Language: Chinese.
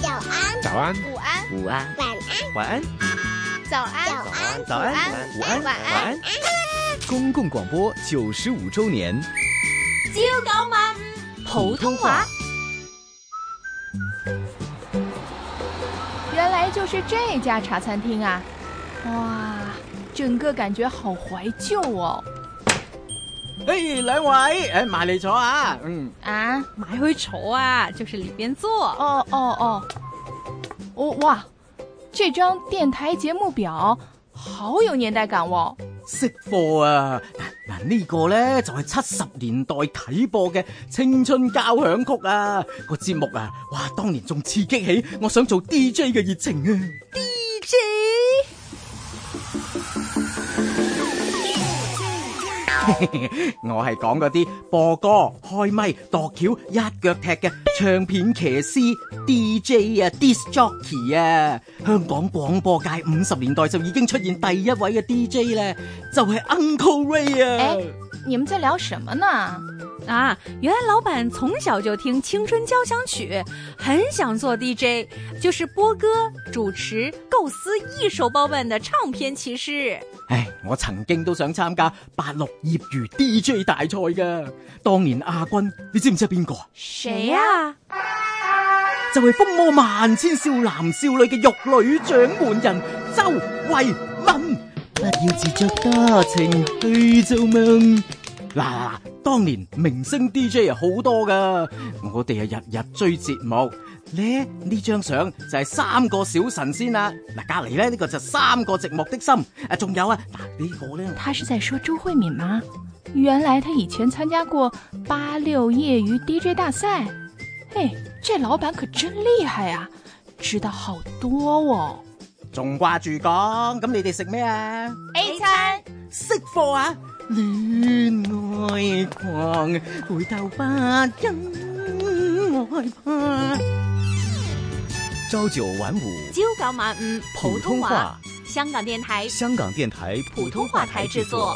早安，午安，午安，晚安，晚安，早安，早安早安，午安，哎晚安晚安。公共广播九十五周年，朝九晚五普通话。原来就是这家茶餐厅啊！哇，整个感觉好怀旧哦。哎诶，两位，诶，埋嚟坐啊，嗯，啊，买回愁啊，就是里边坐。哦哦哦，哦哇，这张电台节目表好有年代感哦。识货啊，嗱呢個咧就係七十年代睇播嘅青春交響曲啊，個節目啊，哇，當年仲刺激起我想做 DJ 嘅熱情啊！我係講嗰啲播歌、開咪、度橋、一腳踢嘅唱片騎師、DJ 啊、disc jockey 啊，香港廣播界五十年代就已經出現第一位嘅 DJ 咧，就係、Uncle Ray 啊哎！你们在聊什么呢？啊，原来老板从小就听青春交响曲，很想做 DJ，就是播歌、主持、构思一手包办的唱片骑士。唉，我曾經都想參加八六業餘 DJ 大賽㗎，當年亞軍你知唔知係邊個啊？谁呀、就係風魔萬千少男少女嘅玉女掌門人周慧敏。不要自作家情去做夢。嗱嗱嗱，當年明星 DJ 啊好多噶，我哋啊日日追節目。咧呢張相就係三個小神仙啦，嗱隔離咧呢個就三個寂寞的心，啊仲有啊嗱呢個咧。他是在说周慧敏吗？原来他以前参加过八六业余 DJ 大赛。嘿，这老板可真厉害啊，知道好多哦。仲掛住講，咁你哋食咩啊？ A 餐。識貨啊！戀愛狂，回頭不因愛怕。朝九晚五，朝九晚五普普通通话话，哎香港电台香港电台普通话台制作。